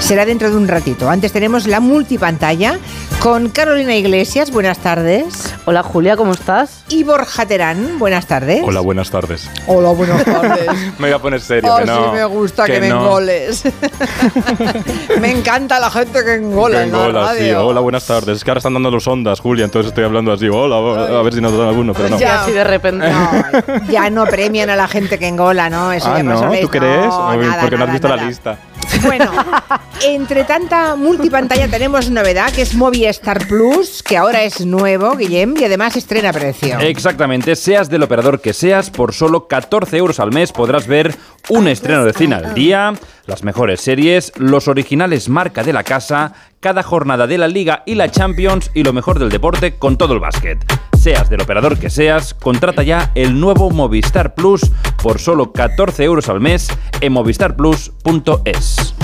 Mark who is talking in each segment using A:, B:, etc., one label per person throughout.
A: será dentro de un ratito. Antes tenemos la multipantalla con Carolina Iglesias, buenas tardes.
B: Hola Julia, ¿cómo estás?
A: Y Borja Terán, buenas tardes.
C: Hola, buenas tardes.
D: Hola, buenas tardes.
C: Me voy a poner serio.
D: Oh,
C: que no,
D: sí me gusta que, me
C: no.
D: engoles. me encanta la gente que engola
C: Que
D: en la
C: engola, sí.
D: radio.
C: Hola, buenas tardes. Es que ahora están dando los ondas, Julia, entonces estoy hablando así. Hola, hola, a ver si nos dan alguno, pero no.
D: Ya.
B: Y Pues así de repente.
A: No, ya no premian a la gente que engola, ¿no? Eso
C: Ah,
A: ya
C: no,
A: sabéis,
C: ¿tú crees?
A: No,
C: Uy,
A: nada,
C: Porque no has
A: nada,
C: visto la
A: nada.
C: lista.
A: Bueno, entre tanta multipantalla tenemos novedad, que es Movistar Plus, que ahora es nuevo, Guillem, y además estrena precio.
C: Eh,
E: Exactamente, seas del operador que seas, por solo 14 euros al mes podrás ver un estreno de cine al día, las mejores series, los originales marca de la casa, cada jornada de la Liga y la Champions y lo mejor del deporte con todo el básquet. Seas del operador que seas, contrata ya el nuevo Movistar Plus por solo 14 euros al mes en movistarplus.es.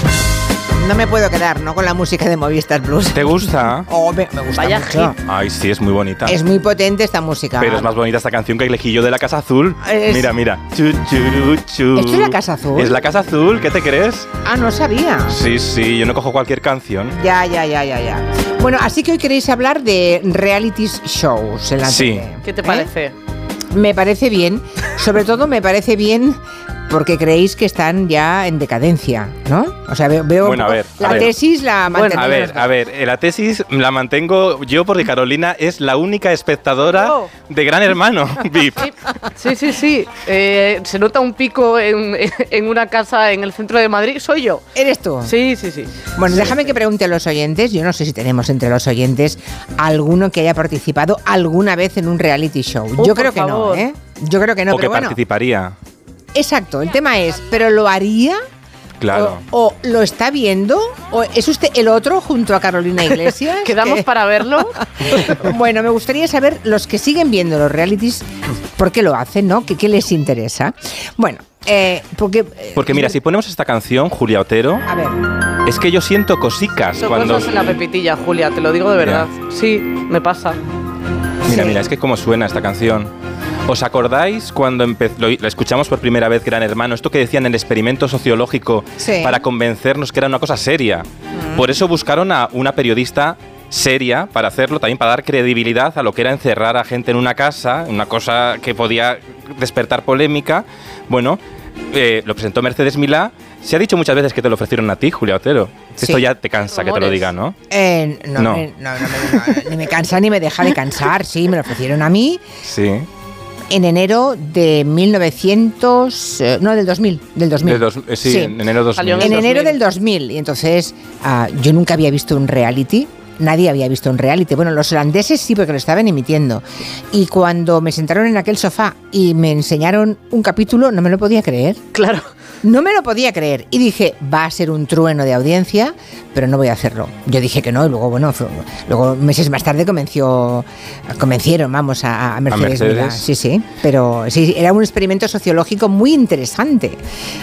A: No me puedo quedar, ¿no? Con la música de Movistar Plus.
C: ¿Te gusta?
A: Oh, me, me gusta
B: Vaya
A: mucho.
C: Ay, sí, es muy bonita.
A: Es muy potente esta música.
C: pero es más bonita esta canción que el lejillo de la Casa Azul.
A: Es-
C: Mira, mira. Chu, churu, chu.
A: ¿Esto es la Casa Azul?
C: Es la Casa Azul, ¿qué te crees?
A: Ah, no sabía.
C: Sí, sí, yo no cojo cualquier canción.
A: Ya, ya, ya, ya, ya. Bueno, así que hoy queréis hablar de reality shows en la
C: Sí.
A: tele.
B: ¿Qué te
A: ¿Eh?
B: parece?
A: Me parece bien. Sobre todo me parece bien porque creéis que están ya en decadencia, ¿no? O sea, veo, veo un
C: Bueno, a
A: poco-
C: ver,
A: la
C: a ver.
A: tesis la
B: Bueno,
A: mantenemos
C: A ver, a ver, eh, la tesis la mantengo yo porque Carolina es la única espectadora
B: Oh.
C: de Gran Hermano VIP.
B: Sí, sí, sí. Eh, se nota un pico en, en una casa en el centro de Madrid. Soy yo.
A: ¿Eres tú?
B: Sí, sí, sí.
A: Bueno, déjame que pregunte a los oyentes. Yo no sé si tenemos entre los oyentes alguno que haya participado alguna vez en un reality show.
B: Oh,
A: Yo
B: por
A: creo que no,
B: favor.
A: ¿eh? Yo creo que no,
C: o que
A: pero bueno.
C: participaría.
A: Exacto, el tema es, ¿pero lo haría?
C: Claro.
B: Oh.
A: O, o lo está viendo? ¿O es usted el otro junto a Carolina Iglesias?
B: ¿Quedamos
A: Que-
B: para verlo?
A: Bueno, me gustaría saber los que siguen viendo los realities, ¿por qué lo hacen, no? ¿Qué, qué les interesa? Bueno, eh, porque... eh,
C: Porque mira, si ponemos esta canción, Julia Otero,
A: A ver,
C: es que yo siento cosicas
B: Son
C: cuando.
B: cosas en la pepitilla, Julia, te lo digo de
C: Ya.
B: verdad. Sí, me pasa.
C: Mira,
A: Sí.
C: mira, es que cómo suena esta canción. ¿Os acordáis cuando empe- lo, lo escuchamos por primera vez Gran Hermano? Esto que decían en el experimento sociológico
A: Sí. Mm.
C: para convencernos que era una cosa seria. Por eso buscaron a una periodista seria para hacerlo, también para dar credibilidad a lo que era encerrar a gente en una casa, una cosa que podía despertar polémica. Bueno, eh, lo presentó Mercedes Milá. Se ha dicho muchas veces que te lo ofrecieron a ti, Julia Otero.
A: Sí.
C: Esto ya te cansa que te lo
B: Rumores.
C: diga, ¿no?
A: eh, no,
C: No.
A: eh, no, no me- no, ni me cansa ni me deja de cansar, sí, me lo ofrecieron a mí
C: Sí.
A: en enero de 1900... eh, no, del 2000, del 2000.
C: De dos- eh, sí,
A: Sí.
C: en enero 2000.
B: Salió
A: En enero
B: 2000.
A: del 2000, y entonces ah, yo nunca había visto un reality. Nadie había visto un reality. Bueno, los holandeses sí, porque lo estaban emitiendo. Y cuando me sentaron en aquel sofá y me enseñaron un capítulo, no me lo podía creer.
B: Claro.
A: No me lo podía creer. Y dije, va a ser un trueno de audiencia, pero no voy a hacerlo. Yo dije que no, y luego, bueno, fue- luego meses más tarde convenció, convencieron, vamos, a, a Mercedes.
C: Mercedes?
A: Milá. Sí, sí, pero sí, era un experimento sociológico muy interesante.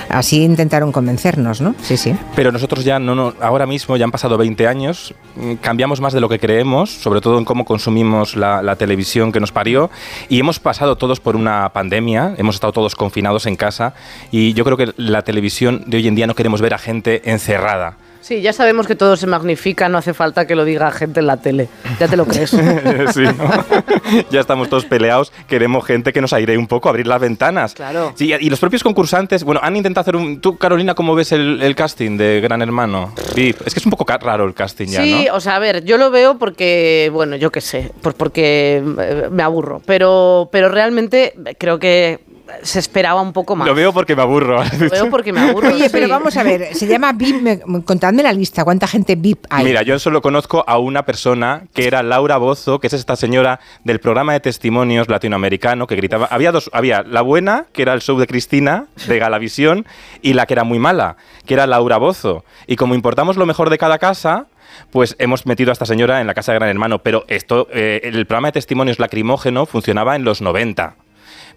A: Así intentaron convencernos, ¿no? Sí, sí.
C: Pero nosotros ya no, no- ahora mismo ya han pasado 20 años, mm, cambiamos más de lo que creemos, sobre todo en cómo consumimos la, la televisión que nos parió, y hemos pasado todos por una pandemia, hemos estado todos confinados en casa, y yo creo que la televisión de hoy en día no queremos ver a gente encerrada.
B: Sí, ya sabemos que todo se magnifica, no hace falta que lo diga gente en la tele. Ya te lo crees.
C: Sí, ¿no? ya estamos todos peleados, queremos gente que nos aire un poco, abrir las ventanas.
B: Claro.
C: Sí, y los propios concursantes, bueno, han intentado hacer un... Tú, Carolina, ¿cómo ves el, el casting de Gran Hermano? Vip. Es que es un poco ca- raro el casting ya, ¿no?
B: sí, o sea, a ver, yo lo veo porque, bueno, yo qué sé, pues porque eh, me aburro. Pero, pero realmente creo que se esperaba un poco más.
C: Lo veo porque me aburro.
B: Lo veo porque me aburro.
A: Oye, pero
B: sí.
A: vamos a ver, se llama VIP, me- me- contadme la lista, ¿cuánta gente VIP hay?
C: Mira, yo solo conozco a una persona que era Laura Bozo, que es esta señora del programa de testimonios latinoamericano que gritaba. Había dos, había la buena, que era el show de Cristina, de Galavisión, y la que era muy mala, que era Laura Bozo. Y como importamos lo mejor de cada casa, pues hemos metido a esta señora en la casa de Gran Hermano. Pero esto, eh, el programa de testimonios lacrimógeno funcionaba en los 90.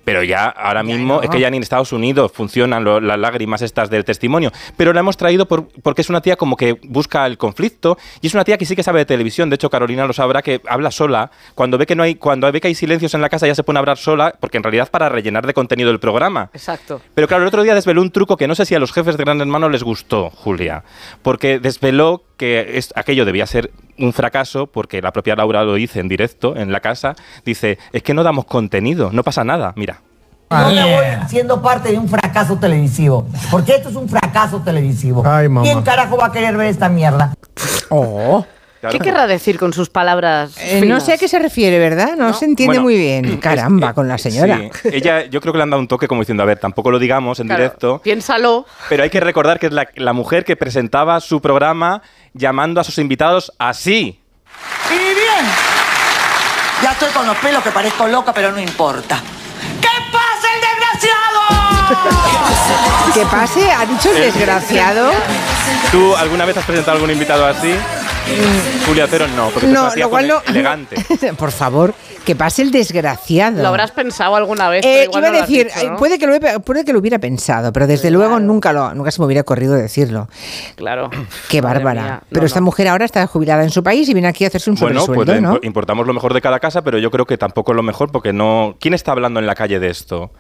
C: Pero ya ahora mismo es que ya ni en Estados Unidos funcionan lo- las lágrimas estas del testimonio. Pero la hemos traído por- porque es una tía como que busca el conflicto y es una tía que sí que sabe de televisión. De hecho, Carolina lo sabrá que habla sola. Cuando ve que no hay, cuando ve que hay silencios en la casa, ya se pone a hablar sola, porque en realidad para rellenar de contenido el programa.
B: Exacto.
C: Pero claro, el otro día desveló un truco que no sé si a los jefes de Gran Hermano les gustó, Julia, porque desveló que es- aquello debía ser un fracaso, porque la propia Laura lo dice en directo, en la casa, dice, es que no damos contenido, no pasa nada, mira.
F: No me voy siendo parte de un fracaso televisivo. Porque esto es un fracaso televisivo.
G: Ay, mamá.
F: ¿Quién carajo va a querer ver esta mierda?
A: Oh.
C: Claro.
B: ¿Qué querrá decir con sus palabras?
A: Eh, no
B: finas?
A: sé a qué se refiere, ¿verdad? No, se entiende
C: Bueno,
A: muy bien. Caramba, con la señora.
C: Sí, ella yo creo que le han dado un toque como diciendo, a ver, tampoco lo digamos en
B: Claro,
C: directo,
B: Piénsalo.
C: pero hay que recordar que es la, la mujer que presentaba su programa llamando a sus invitados así.
F: Y bien. Ya estoy con los pelos que parezco loca, pero no importa. ¡Que pase el desgraciado!
A: Que pase, ha dicho el desgraciado.
C: ¿Tú alguna vez has presentado algún invitado así? Julia Otero no, porque
A: Mm.
C: tú
A: No,
C: hacías
A: lo cual
C: con
A: no.
C: el- elegante.
A: Por favor, que pase el desgraciado.
B: Lo habrás pensado alguna vez. pero
A: Eh,
B: igual
A: iba a
B: no lo has
A: decir,
B: dicho,
A: eh,
B: ¿no?
A: puede, que lo, he- puede que lo hubiera pensado, pero desde luego nunca, lo, nunca se me hubiera corrido decirlo.
B: Claro.
A: Qué
B: Madre
A: bárbara.
B: mía. No,
A: pero esta
B: no.
A: mujer ahora está jubilada en su país y viene aquí a hacerse un
C: Bueno, pues
A: sobresueldo,
C: le
A: ¿no?
C: impo- importamos lo mejor de cada casa, pero yo creo que tampoco lo mejor porque no. ¿Quién está hablando en la calle de esto?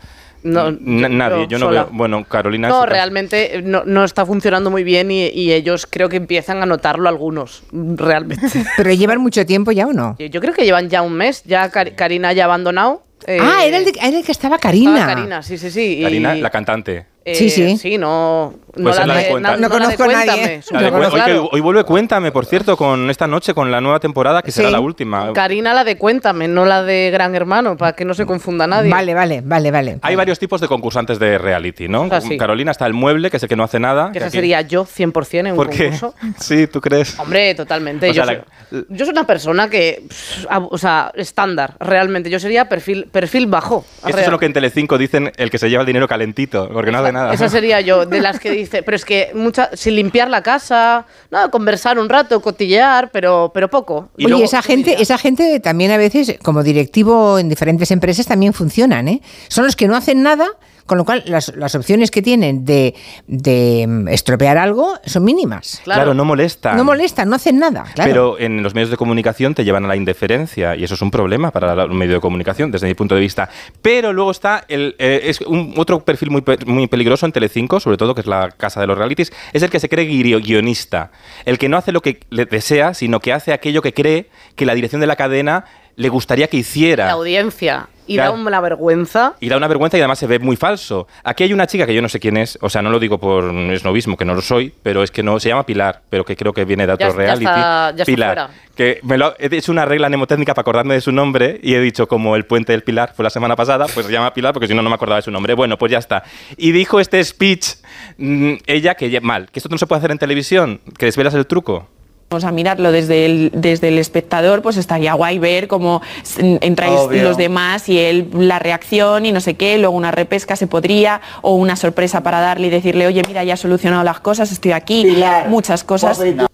B: No,
C: N-
B: yo-
C: nadie. Yo no
B: sola.
C: veo. Bueno, Carolina. en su
B: No,
C: caso.
B: realmente eh, no, no está funcionando muy bien y, y ellos creo que empiezan a notarlo algunos, realmente.
A: Pero llevan mucho tiempo ya o no.
B: Eh, Yo creo que llevan ya un mes, ya Cari- Karina ya ha abandonado. eh,
A: ah, era el, de- era el que estaba Karina.
B: estaba Karina, sí, sí, sí. y-
C: Karina, la cantante.
B: eh,
A: Sí, sí.
B: Sí, no, no
C: Pues
B: la
C: es la de
B: de-
C: Cuenta-
B: na-
A: No
B: no la de
A: conozco a nadie.
B: Cuéntame,
C: La de
A: Yo
B: supongo,
C: Cuen- hoy, que-
B: claro.
C: hoy vuelve Cuéntame, por cierto, con esta noche, con la nueva temporada, que será
A: Sí.
C: la última.
B: Karina la de Cuéntame, no la de Gran Hermano, para que no se confunda nadie.
A: Vale, vale, vale, vale.
C: Hay varios tipos de concursantes de reality, ¿no?
B: Ah, sí.
C: Carolina está el mueble, que es el que no hace nada.
B: Que esa
C: aquí-
B: sería yo 100% en un
C: ¿Por qué?
B: concurso.
C: Sí, ¿tú crees?
B: Hombre, totalmente.
C: O
B: yo,
C: sea,
B: soy, yo soy una persona que, pff, ab- o sea, estándar, realmente. Yo sería perfil, perfil bajo.
C: Esto es
B: real.
C: lo que en Telecinco dicen el que se lleva el dinero calentito, porque no hace nada.
B: Esa sería yo, de las que dice, pero es que mucha, sin limpiar la casa, nada, conversar un rato, cotillear, pero, pero poco.
C: Y
A: Oye,
C: luego-
A: esa gente, esa gente también a veces, como directivo en diferentes empresas, también funcionan, ¿eh? Son los que no hacen nada, con lo cual las, las opciones que tienen de, de mm, estropear algo son mínimas.
C: Claro,
B: Claro.
C: no molesta.
A: No molestan, no hacen nada, claro.
C: Pero en los medios de comunicación te llevan a la indiferencia y eso es un problema para la- un medio de comunicación desde mi punto de vista. Pero luego está el, eh, es un, otro perfil muy, pe- muy peligroso en Telecinco, sobre todo que es la casa de los realities, es el que se cree guirio- guionista, el que no hace lo que le desea, sino que hace aquello que cree que la dirección de la cadena le gustaría que hiciera.
B: La audiencia. Y
C: Claro.
B: da una vergüenza.
C: Y da una vergüenza y además se ve muy falso. Aquí hay una chica que yo no sé quién es, o sea, no lo digo por esnovismo, que no lo soy, pero es que no, se llama Pilar, pero que creo que viene de otro
B: Ya- ya
C: reality.
B: está- ya está
C: Pilar.
B: fuera.
C: Que me lo, ha- he hecho una regla mnemotécnica para acordarme de su nombre y he dicho, como el puente del Pilar fue la semana pasada, pues se llama Pilar porque si no, no me acordaba de su nombre. Bueno, pues ya está. Y dijo este speech, mm, ella, que ya- mal, que esto no se puede hacer en televisión, que desvelas el truco.
H: Vamos a mirarlo desde el, desde el espectador, pues estaría guay ver cómo s- entráis
I: Obvio.
H: los demás y él, la reacción y no sé qué, luego una repesca se podría o una sorpresa para darle y decirle, oye, mira, ya he solucionado las cosas, estoy aquí,
F: Pilar,
H: muchas cosas.
F: Pobrecita.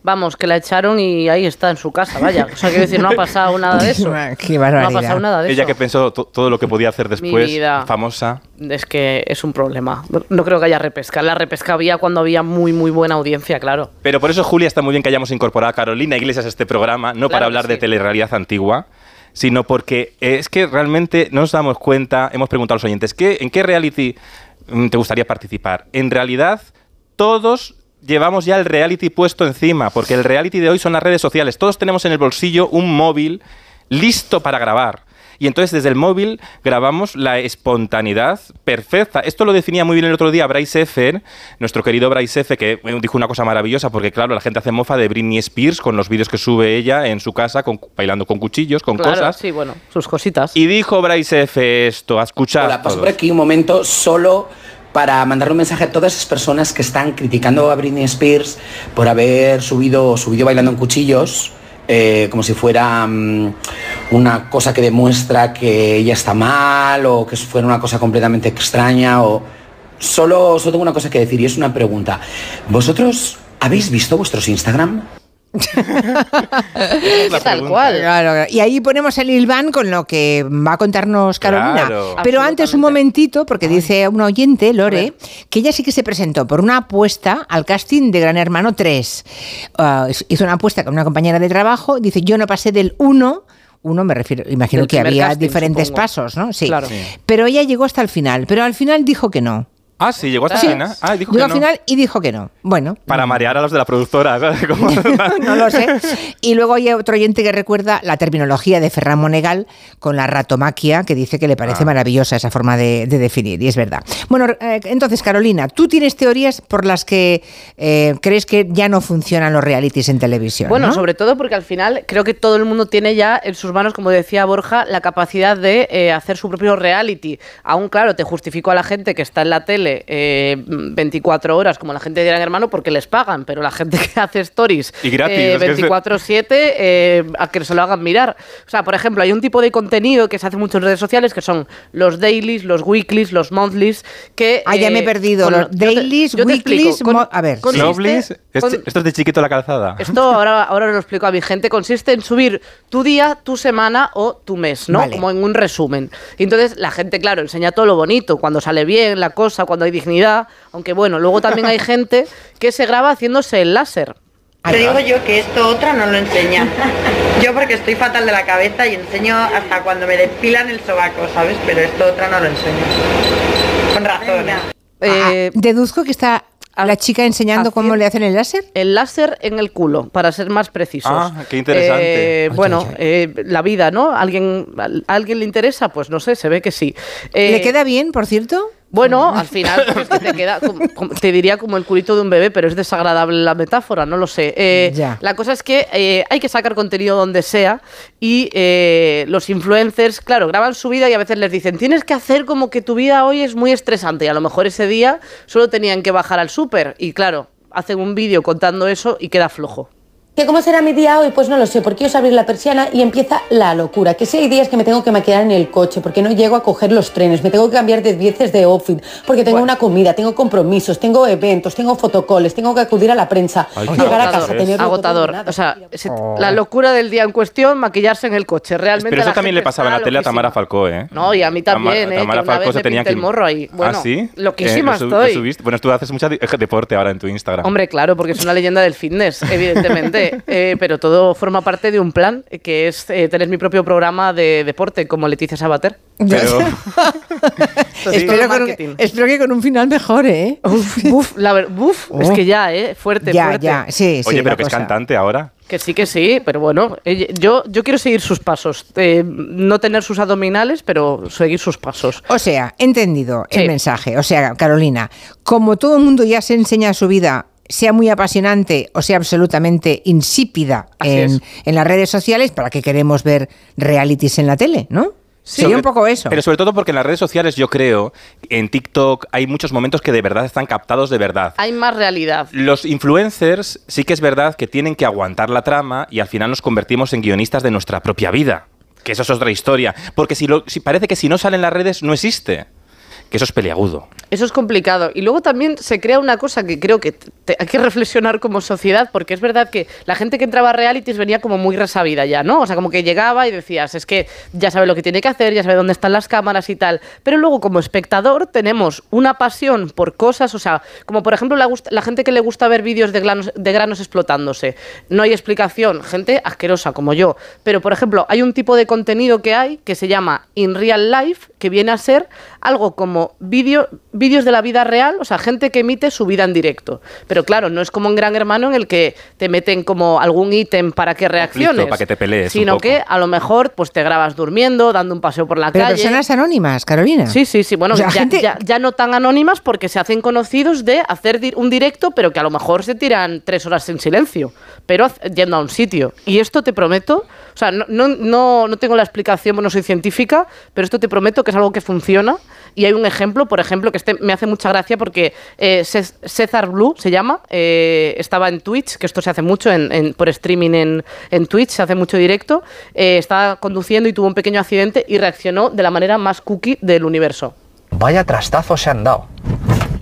B: Vamos, que la echaron y ahí está en su casa, vaya. O sea, quiero decir, no ha pasado nada de eso.
A: Qué
B: No ha
A: barbaridad.
B: pasado nada de
C: Ella
B: eso.
C: que pensó to- todo lo que podía hacer después,
B: vida.
C: famosa.
B: Es que es un problema. No creo que haya repesca. La repesca había cuando había muy, muy buena audiencia, claro.
C: Pero por eso, Julia, está muy bien que hayamos incorporado a Carolina Iglesias a este programa, no para
B: que
C: hablar de
B: sí.
C: telerrealidad antigua, sino porque es que realmente no nos damos cuenta, hemos preguntado a los oyentes, ¿qué, ¿en qué reality mm, te gustaría participar? En realidad, todos llevamos ya el reality puesto encima, porque el reality de hoy son las redes sociales. Todos tenemos en el bolsillo un móvil listo para grabar. Y entonces desde el móvil grabamos la espontaneidad perfecta. Esto lo definía muy bien el otro día Bryce Effer, nuestro querido Bryce Effer, que bueno, dijo una cosa maravillosa, porque claro, la gente hace mofa de Britney Spears con los vídeos que sube ella en su casa, con, bailando con cuchillos, con
B: Claro,
C: cosas.
B: sí, bueno, sus cositas.
C: Y dijo Bryce Effer esto, a escuchar.
I: Hola, paso
C: todos.
I: por aquí un momento solo para mandar un mensaje a todas esas personas que están criticando a Britney Spears por haber subido su vídeo bailando en cuchillos, eh, como si fuera mm, una cosa que demuestra que ella está mal o que fuera una cosa completamente extraña o... Solo, solo tengo una cosa que decir y es una pregunta. ¿Vosotros habéis visto vuestros Instagram?
B: Tal
C: la pregunta.
B: cual.
A: Claro, claro. Y ahí ponemos el Ilvan con lo que va a contarnos Carolina.
C: Claro.
A: Pero antes un
B: Absolutamente.
A: momentito, porque dice una oyente, Lore, que ella sí que se presentó por una apuesta al casting de Gran Hermano 3. Ah, hizo una apuesta con una compañera de trabajo, dice, yo no pasé del 1. Uno me refiero, imagino
B: Del
A: que
B: primer
A: había
B: casting,
A: diferentes
B: supongo.
A: pasos, ¿no? Sí.
B: Claro.
A: Pero ella llegó hasta el final, pero al final dijo que no.
C: Ah, sí, llegó hasta el final. Ah, dijo
A: llegó
C: que
A: al
C: no.
A: final y dijo que no. Bueno,
C: Para marear a los de la productora, ¿sabes? Como-
A: no lo sé. Y luego hay otro oyente que recuerda la terminología de Ferran Monegal con la ratomaquia, que dice que le parece maravillosa esa forma de, de definir, y es verdad. Bueno, eh, entonces, Carolina, tú tienes teorías por las que eh, crees que ya no funcionan los realities en televisión.
B: Bueno,
A: ¿no?
B: sobre todo porque al final creo que todo el mundo tiene ya en sus manos, como decía Borja, la capacidad de eh, hacer su propio reality. Aún, claro, te justifico a la gente que está en la tele eh, 24 horas, como la gente de Gran Hermano, porque les pagan, pero la gente que hace stories
C: Y gratis,
B: eh,
C: es que es-
B: 24-7, eh, a que se lo hagan mirar. O sea, por ejemplo, hay un tipo de contenido que se hace mucho en redes sociales, que son los dailies, los weeklies, los monthlies, que... eh,
A: Ah, ya me he perdido. Los
B: yo te-
A: dailies,
B: yo te explico.
A: weeklies,
B: Con-
A: mo- a ver.
B: consiste-
C: Lovelies, este-
B: con-
C: esto es de chiquito la calzada.
B: esto ahora, ahora lo explico a mi gente. Consiste en subir tu día, tu semana o tu mes, ¿no?
A: Vale.
B: Como en un resumen. Y entonces la gente, claro, enseña todo lo bonito, cuando sale bien la cosa, cuando hay dignidad. Aunque bueno, luego también hay gente que se graba haciéndose el láser.
A: Ahí
G: Te
A: va.
G: digo yo que esto otra no lo enseña. Yo porque estoy fatal de la cabeza y enseño hasta cuando me despilan el sobaco, ¿sabes? Pero esto otra no lo enseña. Con razón.
B: Eh,
A: Ah, deduzco que está la chica enseñando cómo
B: haciendo-
A: le hacen el láser.
B: El láser en el culo, para ser más precisos.
C: Ah, qué interesante.
B: Eh,
A: Ay,
B: bueno,
A: ay, ay.
B: eh, la vida, ¿no? ¿Alguien, al- ¿A alguien le interesa? Pues no sé, se ve que sí. Eh,
A: ¿Le queda bien, por cierto?
B: Bueno, al final pues, es que te queda, como- como- te diría como el culito de un bebé, pero es desagradable la metáfora, no lo sé. Eh,
A: Ya.
B: La cosa es que eh, hay que sacar contenido donde sea y eh, los influencers, claro, graban su vida y a veces les dicen, tienes que hacer como que tu vida hoy es muy estresante y a lo mejor ese día solo tenían que bajar al súper y claro, hacen un vídeo contando eso y queda flojo.
J: ¿Que ¿Cómo será mi día hoy? Pues no lo sé, porque os abrir la persiana y empieza la locura. Que si hay días que me tengo que maquillar en el coche, porque no llego a coger los trenes, me tengo que cambiar de veces de outfit, porque tengo una comida, tengo compromisos, tengo eventos, tengo fotocoles, tengo que acudir a la prensa, llegar a casa, tener
B: agotador. O sea, se- la locura del día en cuestión, maquillarse en el coche. Realmente.
C: Oh. Pero eso
B: la
C: también
B: gente
C: le pasaba en
B: está
C: la tele a
B: loquísima.
C: Tamara Falcó, ¿eh?
B: No, y a mí también,
C: Tama-
B: ¿eh? que una vez me pinté el morro ahí. Bueno,
C: ¿Ah, sí?
B: loquísima
C: Eh, lo sub- lo
B: estoy.
C: subiste- Bueno, tú haces mucho de- deporte ahora en tu Instagram.
B: Hombre, claro, porque es una leyenda del fitness, evidentemente. Eh, pero todo forma parte de un plan, eh, que es eh, tener mi propio programa de deporte, como Leticia Sabater.
C: Pero-
B: es todo
A: espero, con un-
B: marketing.
A: espero que con un final mejor, ¿eh?
B: Uf, buf, la ver- buf,
A: Oh.
B: es que ya, ¿eh? Fuerte,
A: ya,
B: fuerte.
A: ya, sí, sí.
C: Oye,
A: la
C: pero que es
A: cosa.
C: cantante ahora.
B: Que sí, que sí, pero bueno, eh, yo, yo quiero seguir sus pasos. Eh, no tener sus abdominales, pero seguir sus pasos.
A: O sea, entendido el
B: Sí.
A: mensaje. O sea, Carolina, como todo el mundo ya se enseña su vida, sea muy apasionante o sea absolutamente insípida
B: Así
A: en,
B: es.
A: en las redes sociales, ¿para qué queremos ver realities en la tele, no? Sería
C: Sobre-
A: un poco eso.
C: Pero sobre todo porque en las redes sociales, yo creo, en TikTok hay muchos momentos que de verdad están captados de verdad.
B: Hay más realidad.
C: Los influencers sí que es verdad que tienen que aguantar la trama y al final nos convertimos en guionistas de nuestra propia vida. Que eso es otra historia. Porque si, lo- si parece que si no salen las redes no existe. Que eso es peliagudo.
B: Eso es complicado. Y luego también se crea una cosa que creo que te- te- hay que reflexionar como sociedad, porque es verdad que la gente que entraba a realities venía como muy resabida ya, ¿no? O sea, como que llegaba y decías, es que ya sabe lo que tiene que hacer, ya sabe dónde están las cámaras y tal. Pero luego como espectador tenemos una pasión por cosas, o sea, como por ejemplo la, gust- la gente que le gusta ver vídeos de granos, de granos explotándose. No hay explicación, gente asquerosa como yo. Pero por ejemplo, hay un tipo de contenido que hay que se llama In Real Life, que viene a ser algo como vídeo- vídeos de la vida real, o sea, gente que emite su vida en directo. Pero claro, no es como en Gran Hermano en el que te meten como algún ítem para que reacciones.
C: para que te pelees un
B: Sino
C: poco.
B: que a lo mejor pues te grabas durmiendo, dando un paseo por la
A: Pero
B: calle.
A: personas anónimas, Carolina.
B: Sí, sí, sí. Bueno,
A: O sea,
B: ya,
A: gente-
B: ya- ya no tan anónimas porque se hacen conocidos de hacer di- un directo, pero que a lo mejor se tiran tres horas en silencio, pero haz- yendo a un sitio. Y esto te prometo, o sea, no, no, no, no tengo la explicación, no soy científica, pero esto te prometo que es algo que funciona. Y hay un ejemplo, por ejemplo, que este me hace mucha gracia porque eh, Cés- César Blue se llama, eh, estaba en Twitch, que esto se hace mucho en- en- por streaming en, en Twitch, se hace mucho directo, eh, estaba conduciendo y tuvo un pequeño accidente y reaccionó de la manera más cookie del universo.
I: Vaya trastazo se han dado.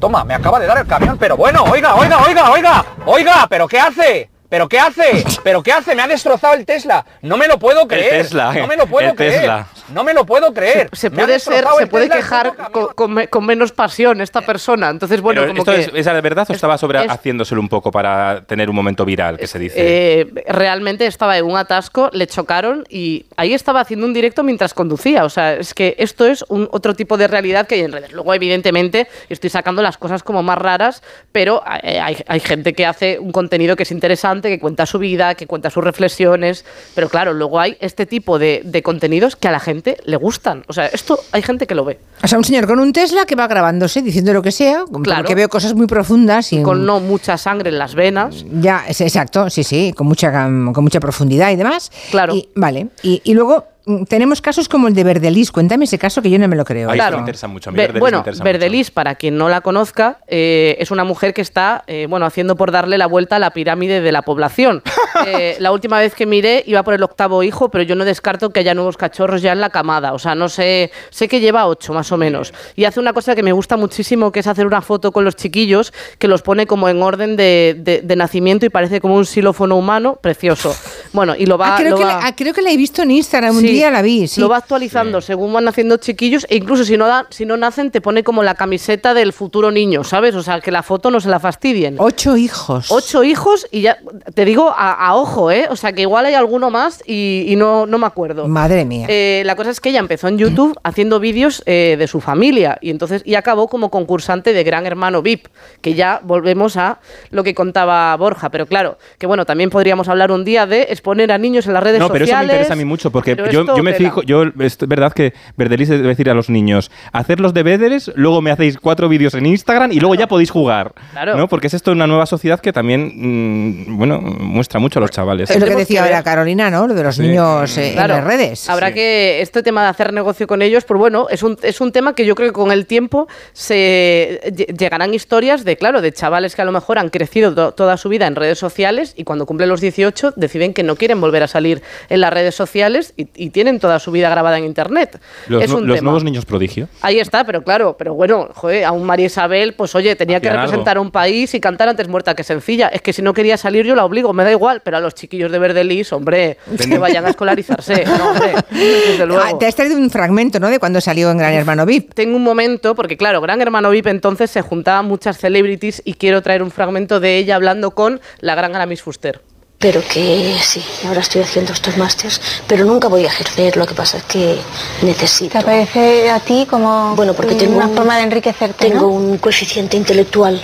I: Toma, me acaba de dar el camión, pero bueno, oiga, oiga, oiga, oiga, oiga, pero ¿qué hace?
K: ¿Pero qué hace? ¿Pero qué hace? Me ha destrozado el Tesla. No me lo puedo creer.
C: Tesla,
K: no me lo puedo
C: el
K: creer.
C: Tesla.
K: No me lo puedo creer.
B: Se
K: Me ha
B: puede, ser,
K: destrozado
B: se
K: el
B: puede
K: Tesla.
B: quejar con, con me- con menos pasión esta persona. Entonces, bueno,
C: Eh, Pero
B: como
C: ¿Esto
B: que.
C: es, es la verdad o estaba sobre
B: es-
C: haciéndoselo un poco para tener un momento viral, que se dice?
B: Eh, realmente estaba en un atasco, le chocaron y ahí estaba haciendo un directo mientras conducía. O sea, es que esto es un otro tipo de realidad que hay en redes. Luego, evidentemente, estoy sacando las cosas como más raras, pero eh, hay, hay gente que hace un contenido que es interesante, que cuenta su vida, que cuenta sus reflexiones. Pero claro, luego hay este tipo de, de contenidos que a la gente le gustan. O sea, esto hay gente que lo ve.
A: O sea, un señor con un Tesla que va grabándose diciendo lo que sea,
B: Claro.
A: porque veo cosas muy profundas y
B: Con no mucha sangre en las venas.
A: ya, es- exacto, sí, sí, con mucha gam- con mucha profundidad y demás. Claro. vale. Y, y luego mm, tenemos casos como el de Verdelis. Cuéntame ese caso que yo no me lo creo. ¿eh?
C: Ay, esto me interesa mucho. A mí
B: Ver-
C: Verdelis me
B: bueno,
C: interesa
B: Verdelis, para quien no la conozca, eh, es una mujer que está eh, bueno, haciendo por darle la vuelta a la pirámide de la población. Eh, la última vez que miré iba por el octavo hijo, pero yo no descarto que haya nuevos cachorros ya en la camada. O sea, no sé, sé que lleva ocho más o menos. Y hace una cosa que me gusta muchísimo, que es hacer una foto con los chiquillos, que los pone como en orden de, de- de nacimiento y parece como un xilófono humano precioso. Bueno, y lo va...
A: Ah, creo,
B: lo
A: que
B: va-
A: la, ah, creo que la he visto en Instagram, un
B: Sí.
A: día la vi. Sí.
B: Lo va actualizando según van naciendo chiquillos e incluso si no, dan- si no nacen te pone como la camiseta del futuro niño, ¿sabes? O sea, que la foto no se la fastidien.
A: Ocho hijos.
B: Ocho hijos y ya, te digo, a, a ojo, ¿eh? O sea, que igual hay alguno más y, y no, no me acuerdo.
A: Madre mía.
B: Eh, la cosa es que ella empezó en
C: Mm.
B: YouTube haciendo vídeos eh, de su familia y entonces y acabó como concursante de Gran Hermano VIP, que ya volvemos a lo que contaba Borja, pero claro, que bueno, también podríamos hablar un día de exponer a niños en las redes
C: no, pero
B: sociales.
C: eso me interesa a mí mucho, porque
B: pero
C: yo,
B: esto
C: yo me
B: tela.
C: fijo, yo es verdad que Verdelis debe decir a los niños, hacer los deberes, luego me hacéis cuatro vídeos en Instagram y luego ya podéis jugar.
B: Claro.
C: ¿no? Porque es esto una nueva sociedad que también, mm, bueno, muestra mucho a los chavales.
A: Es lo que decía ahora Carolina, ¿no? Lo de los niños eh,
B: Claro,
A: en las redes.
B: Habrá que este tema de hacer negocio con ellos, pues bueno, es un, es un tema que yo creo que con el tiempo se lle- llegarán historias de, claro, de chavales que a lo mejor han crecido to- toda su vida en redes sociales y cuando cumplen los 18 deciden que no quieren volver a salir en las redes sociales y, y tienen toda su vida grabada en internet.
C: Los,
B: es
C: nu-
B: un
C: los
B: tema.
C: nuevos niños prodigio.
B: Ahí está, pero claro, pero bueno, joder, a un María Isabel, pues oye, tenía que
C: Hacían
B: representar a un país y cantar antes muerta que sencilla. Es que si no quería salir yo la obligo, me da igual, pero a los chiquillos de Verdelis, hombre, que
A: Venden-
B: vayan a escolarizarse, no, hombre, desde luego.
A: Ah, te has traído un fragmento, ¿no? De cuando salió en Gran Hermano VIP.
B: Tengo un momento, porque claro, Gran Hermano VIP entonces se juntaban muchas celebrities y quiero traer un fragmento de ella hablando con la gran Aramis Fuster.
L: Pero que sí, ahora estoy haciendo estos másters, pero nunca voy a ejercer, lo que pasa es que necesito.
M: ¿Te parece a ti como
L: Bueno, porque tengo
M: una
L: un-
M: forma de enriquecerte?
L: Tengo
M: ¿no?
L: un coeficiente intelectual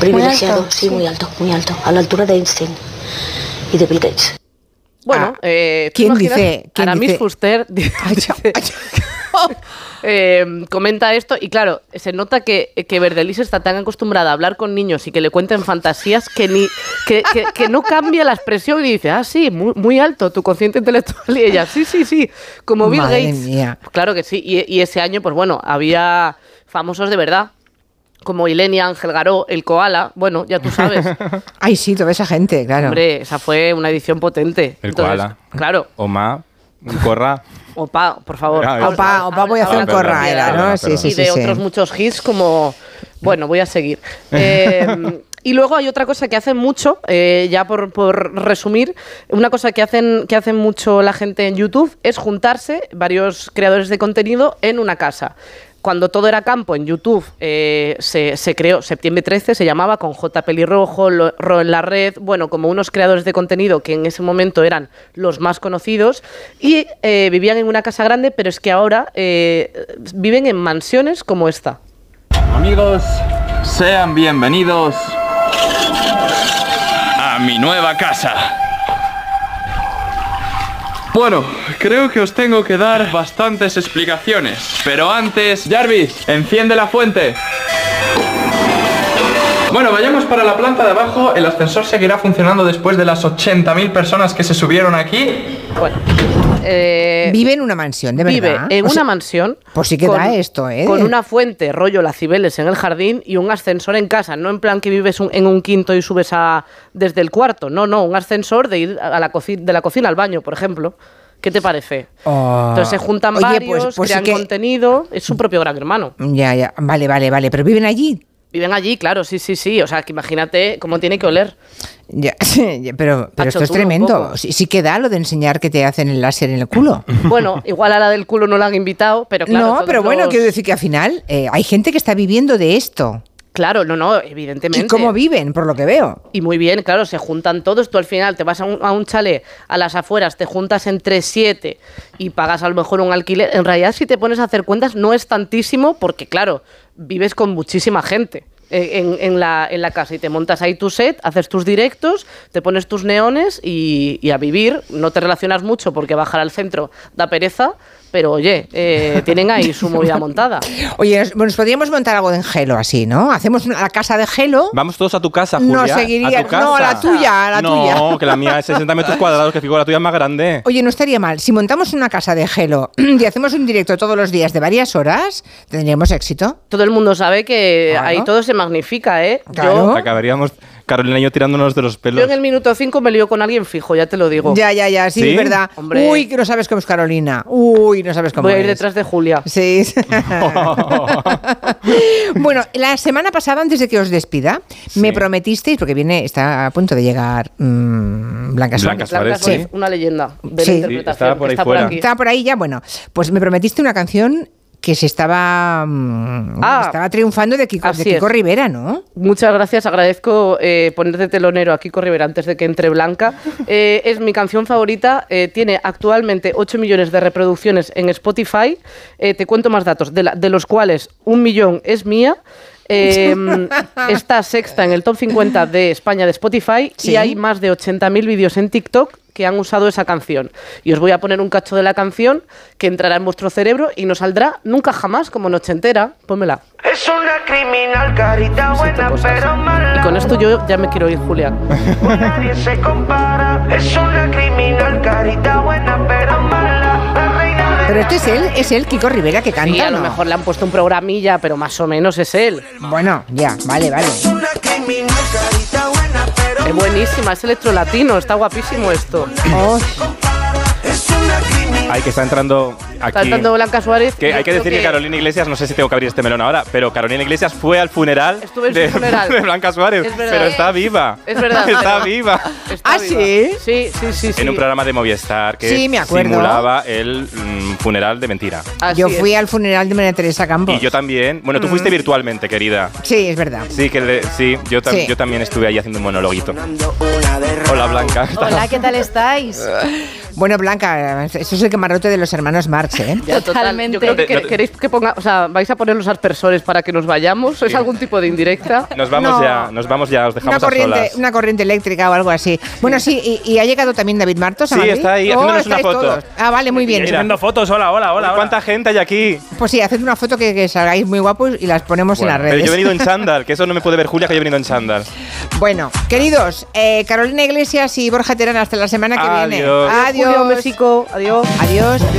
L: privilegiado,
M: alto,
L: sí,
M: sí.
L: muy alto, muy alto, a la altura de Einstein y de Bill Gates.
B: Bueno, eh, ¿tú
L: Ah, ¿quién
B: imaginas?
L: dice- quién
B: Aramis
L: dice?
B: Fuster dice- eh, comenta esto y claro, se nota que, que Verdelis está tan acostumbrada a hablar con niños y que le cuenten fantasías que ni que, que- que no cambia la expresión y dice, ah, sí, muy, muy alto tu consciente intelectual y ella, sí, sí, sí, como Bill
A: Madre
B: Gates.
A: mía.
B: Claro que sí, y, y ese año, pues bueno, había famosos de verdad. Como Ilenia, Ángel Garó, el Koala, bueno, ya tú sabes.
A: Ay, sí, toda esa gente, claro.
B: Hombre, esa fue una edición potente.
C: El
B: Entonces,
C: koala.
B: Claro.
C: Oma, Corra.
B: Opa, por favor.
C: Ah, es- Opa,
A: opa, voy a hacer
B: Habla-
A: corra,
B: habla-
A: era, ¿no?
B: habla-
A: Sí, sí,
B: Y de
A: sí, sí.
B: otros muchos hits como... Bueno, voy a seguir. Eh, y luego hay otra cosa que hacen mucho, eh, ya por, por resumir, una cosa que hacen, que hacen mucho la gente en YouTube es juntarse varios creadores de contenido en una casa. Cuando todo era campo en YouTube eh, se, se creó septiembre 13, se llamaba con J Pelirrojo, Lo- Ro en la red, bueno, como unos creadores de contenido que en ese momento eran los más conocidos y eh, vivían en una casa grande, pero es que ahora eh, viven en mansiones como esta.
N: Amigos, sean bienvenidos a mi nueva casa. Bueno, creo que os tengo que dar bastantes explicaciones, pero antes, Jarvis, enciende la fuente. Bueno, vayamos para la planta de abajo, el ascensor seguirá funcionando después de las 80.000 personas que se subieron aquí.
B: Bueno, eh,
A: Vive en una mansión, de
B: vive
A: verdad.
B: en
A: O
B: una
A: sea, pues
B: mansión.
A: Por si queda esto, ¿eh?
B: Con una fuente, rollo lacibeles en el jardín y un ascensor en casa. No en plan que vives un- en un quinto y subes a, desde el cuarto. No, no, un ascensor de ir a la coci- de la cocina al baño, por ejemplo. ¿Qué te parece?
A: Ah.
B: Entonces se juntan
A: Oye, pues-
B: varios,
A: pues sí
B: crean
A: que-
B: contenido. Es su propio gran hermano.
A: Ya, ya. Vale, vale, vale. Pero viven allí.
B: Viven allí, claro, sí, sí, sí. O sea, que imagínate cómo tiene que oler.
A: Ya, sí, ya, pero, pero
B: Pacho,
A: esto es
B: tú un
A: tremendo.
B: poco.
A: Sí, sí que da lo de enseñar que te hacen el láser en el culo.
B: Bueno, igual a la del culo no la han invitado, pero claro.
A: no,
B: todos
A: pero bueno,
B: los-
A: quiero decir que al final eh, hay gente que está viviendo de esto.
B: Claro, no, no, evidentemente.
A: ¿Y cómo viven, por lo que veo?
B: Y muy bien, claro, se juntan todos. Tú al final te vas a un, a un chalet a las afueras, te juntas entre siete y pagas a lo mejor un alquiler. En realidad, si te pones a hacer cuentas, no es tantísimo porque, claro, vives con muchísima gente. eh, En, en la, en la casa y te montas ahí tu set, haces tus directos, te pones tus neones y, y a vivir. No te relacionas mucho porque bajar al centro da pereza, pero oye, eh, tienen ahí su movida montada.
A: Oye, nos, nos podríamos montar algo de gelo así, ¿no? Hacemos una- la casa de gelo.
C: Vamos todos a tu casa,
A: No
C: Julia.
A: seguiría-
C: ¿A tu casa?
A: no, a la tuya, a la
C: no,
A: tuya.
C: que la mía es 60 metros cuadrados, que figura la tuya es más grande.
A: Oye, no estaría mal. Si montamos una casa de gelo y hacemos un directo todos los días de varias horas, tendríamos éxito.
B: Todo el mundo sabe que
A: Claro.
B: ahí todo se magnifica, ¿eh? Yo-
C: Acabaríamos Carolina y yo tirándonos de los
B: Yo en
C: pelos.
B: el minuto 5 me lío con alguien fijo, ya te lo digo.
A: Ya, ya, ya, sí,
C: ¿Sí?
A: es verdad.
B: Hombre.
A: Uy, que no sabes cómo es Carolina. Uy, no sabes cómo
B: Voy a ir
A: es.
B: detrás de Julia.
A: Sí. bueno, la semana pasada, antes de que os despida, me prometisteis, porque viene, está a punto de llegar mm, Blanca Suárez.
C: Blanca Suárez,
B: Suárez,
C: sí.
B: una leyenda de
A: Sí.
B: la
A: Sí,
B: interpretación.
C: estaba por
B: que
C: ahí
B: está
C: fuera.
B: aquí.
A: Estaba por ahí ya, bueno. Pues me prometiste una canción que se estaba, mm,
B: Ah.
A: estaba triunfando de Kiko, de
B: Así
A: Kiko
B: es.
A: Rivera, ¿no?
B: Muchas gracias, agradezco eh, ponerte telonero a Kiko Rivera antes de que entre Blanca. Eh, es mi canción favorita, eh, tiene actualmente 8 millones de reproducciones en Spotify. Eh, te cuento más datos, de, la- de los cuales un millón es mía. Eh, está sexta en el top 50 de España de Spotify
A: Sí.
B: y hay más de 80.000 vídeos en TikTok que han usado esa canción. Y os voy a poner un cacho de la canción que entrará en vuestro cerebro y no saldrá nunca jamás como noche entera. Pónmela.
O: Es una criminal carita buena, pero
B: Y
O: mala.
B: con esto yo ya me quiero ir, Julia.
O: Nadie se compara. Es una criminal carita buena, pero mala. La reina de
A: Pero este es él, es él, Kiko Rivera, que canta.
B: Sí, a lo
A: ¿no?
B: mejor le han puesto un programilla, pero más o menos es él.
A: Bueno, ya, vale, vale.
B: Es buenísima, es electrolatino, está guapísimo esto.
A: Oh,
C: Ay, que está entrando
B: Está
C: aquí.
B: entrando Blanca Suárez.
C: Que
B: yo
C: hay que
B: creo
C: decir que Carolina Iglesias, no sé si tengo que abrir este melón ahora, pero Carolina Iglesias fue al funeral,
B: Estuve en su
C: de,
B: funeral.
C: de Blanca Suárez,
B: Es verdad.
C: pero está viva.
B: Es verdad,
C: Está
B: pero-
C: viva.
B: está
A: ¿Ah,
B: viva.
A: sí?
B: Sí, sí, sí. sí.
C: En un programa de Movistar que
A: Sí, me acuerdo.
C: simulaba el mm, funeral de mentira.
B: Así
A: yo
B: es.
A: fui al funeral de María Teresa Campos.
C: Y yo también. Bueno, tú
A: Mm.
C: fuiste virtualmente, querida.
A: Sí, es verdad.
C: Sí, que le- sí, yo tam-
A: Sí.
C: yo también estuve ahí haciendo un monologuito. Hola, Blanca.
P: Hola, ¿qué tal estáis?
A: Bueno, Blanca, eso es el camarote de los hermanos Marx, ¿eh?
B: Ya, total,
P: Totalmente.
B: Yo creo que,
C: No te- no te-
B: queréis que ponga, o sea, vais a poner los aspersores para que nos vayamos. ¿Es
C: Sí.
B: algún tipo de indirecta?
C: Nos vamos
A: No.
C: ya, nos vamos ya,
A: Una
C: os dejamos a
A: corriente,
C: solas.
A: una corriente eléctrica o algo así. Bueno, sí, y, y ha llegado también David Martos a
C: Sí,
A: Madrid.
C: está ahí,
A: Oh,
C: haciéndonos una
A: estáis
C: foto.
A: todos. Ah, vale, muy bien.
C: fotos, hola, hola, hola. ¿Cuánta gente hay aquí?
A: Pues sí, haced una foto que, que salgáis muy guapos y las ponemos en
C: Bueno,
A: las redes.
C: Pero yo he venido en chándal, que eso no me puede ver Julia, que yo he venido en chándal.
A: bueno, queridos, eh, Carolina Iglesias y Borja Terán, hasta la semana que viene.
C: Adiós.
A: Adiós.
B: Julio, un besico. Adiós.
A: Adiós. Blanca.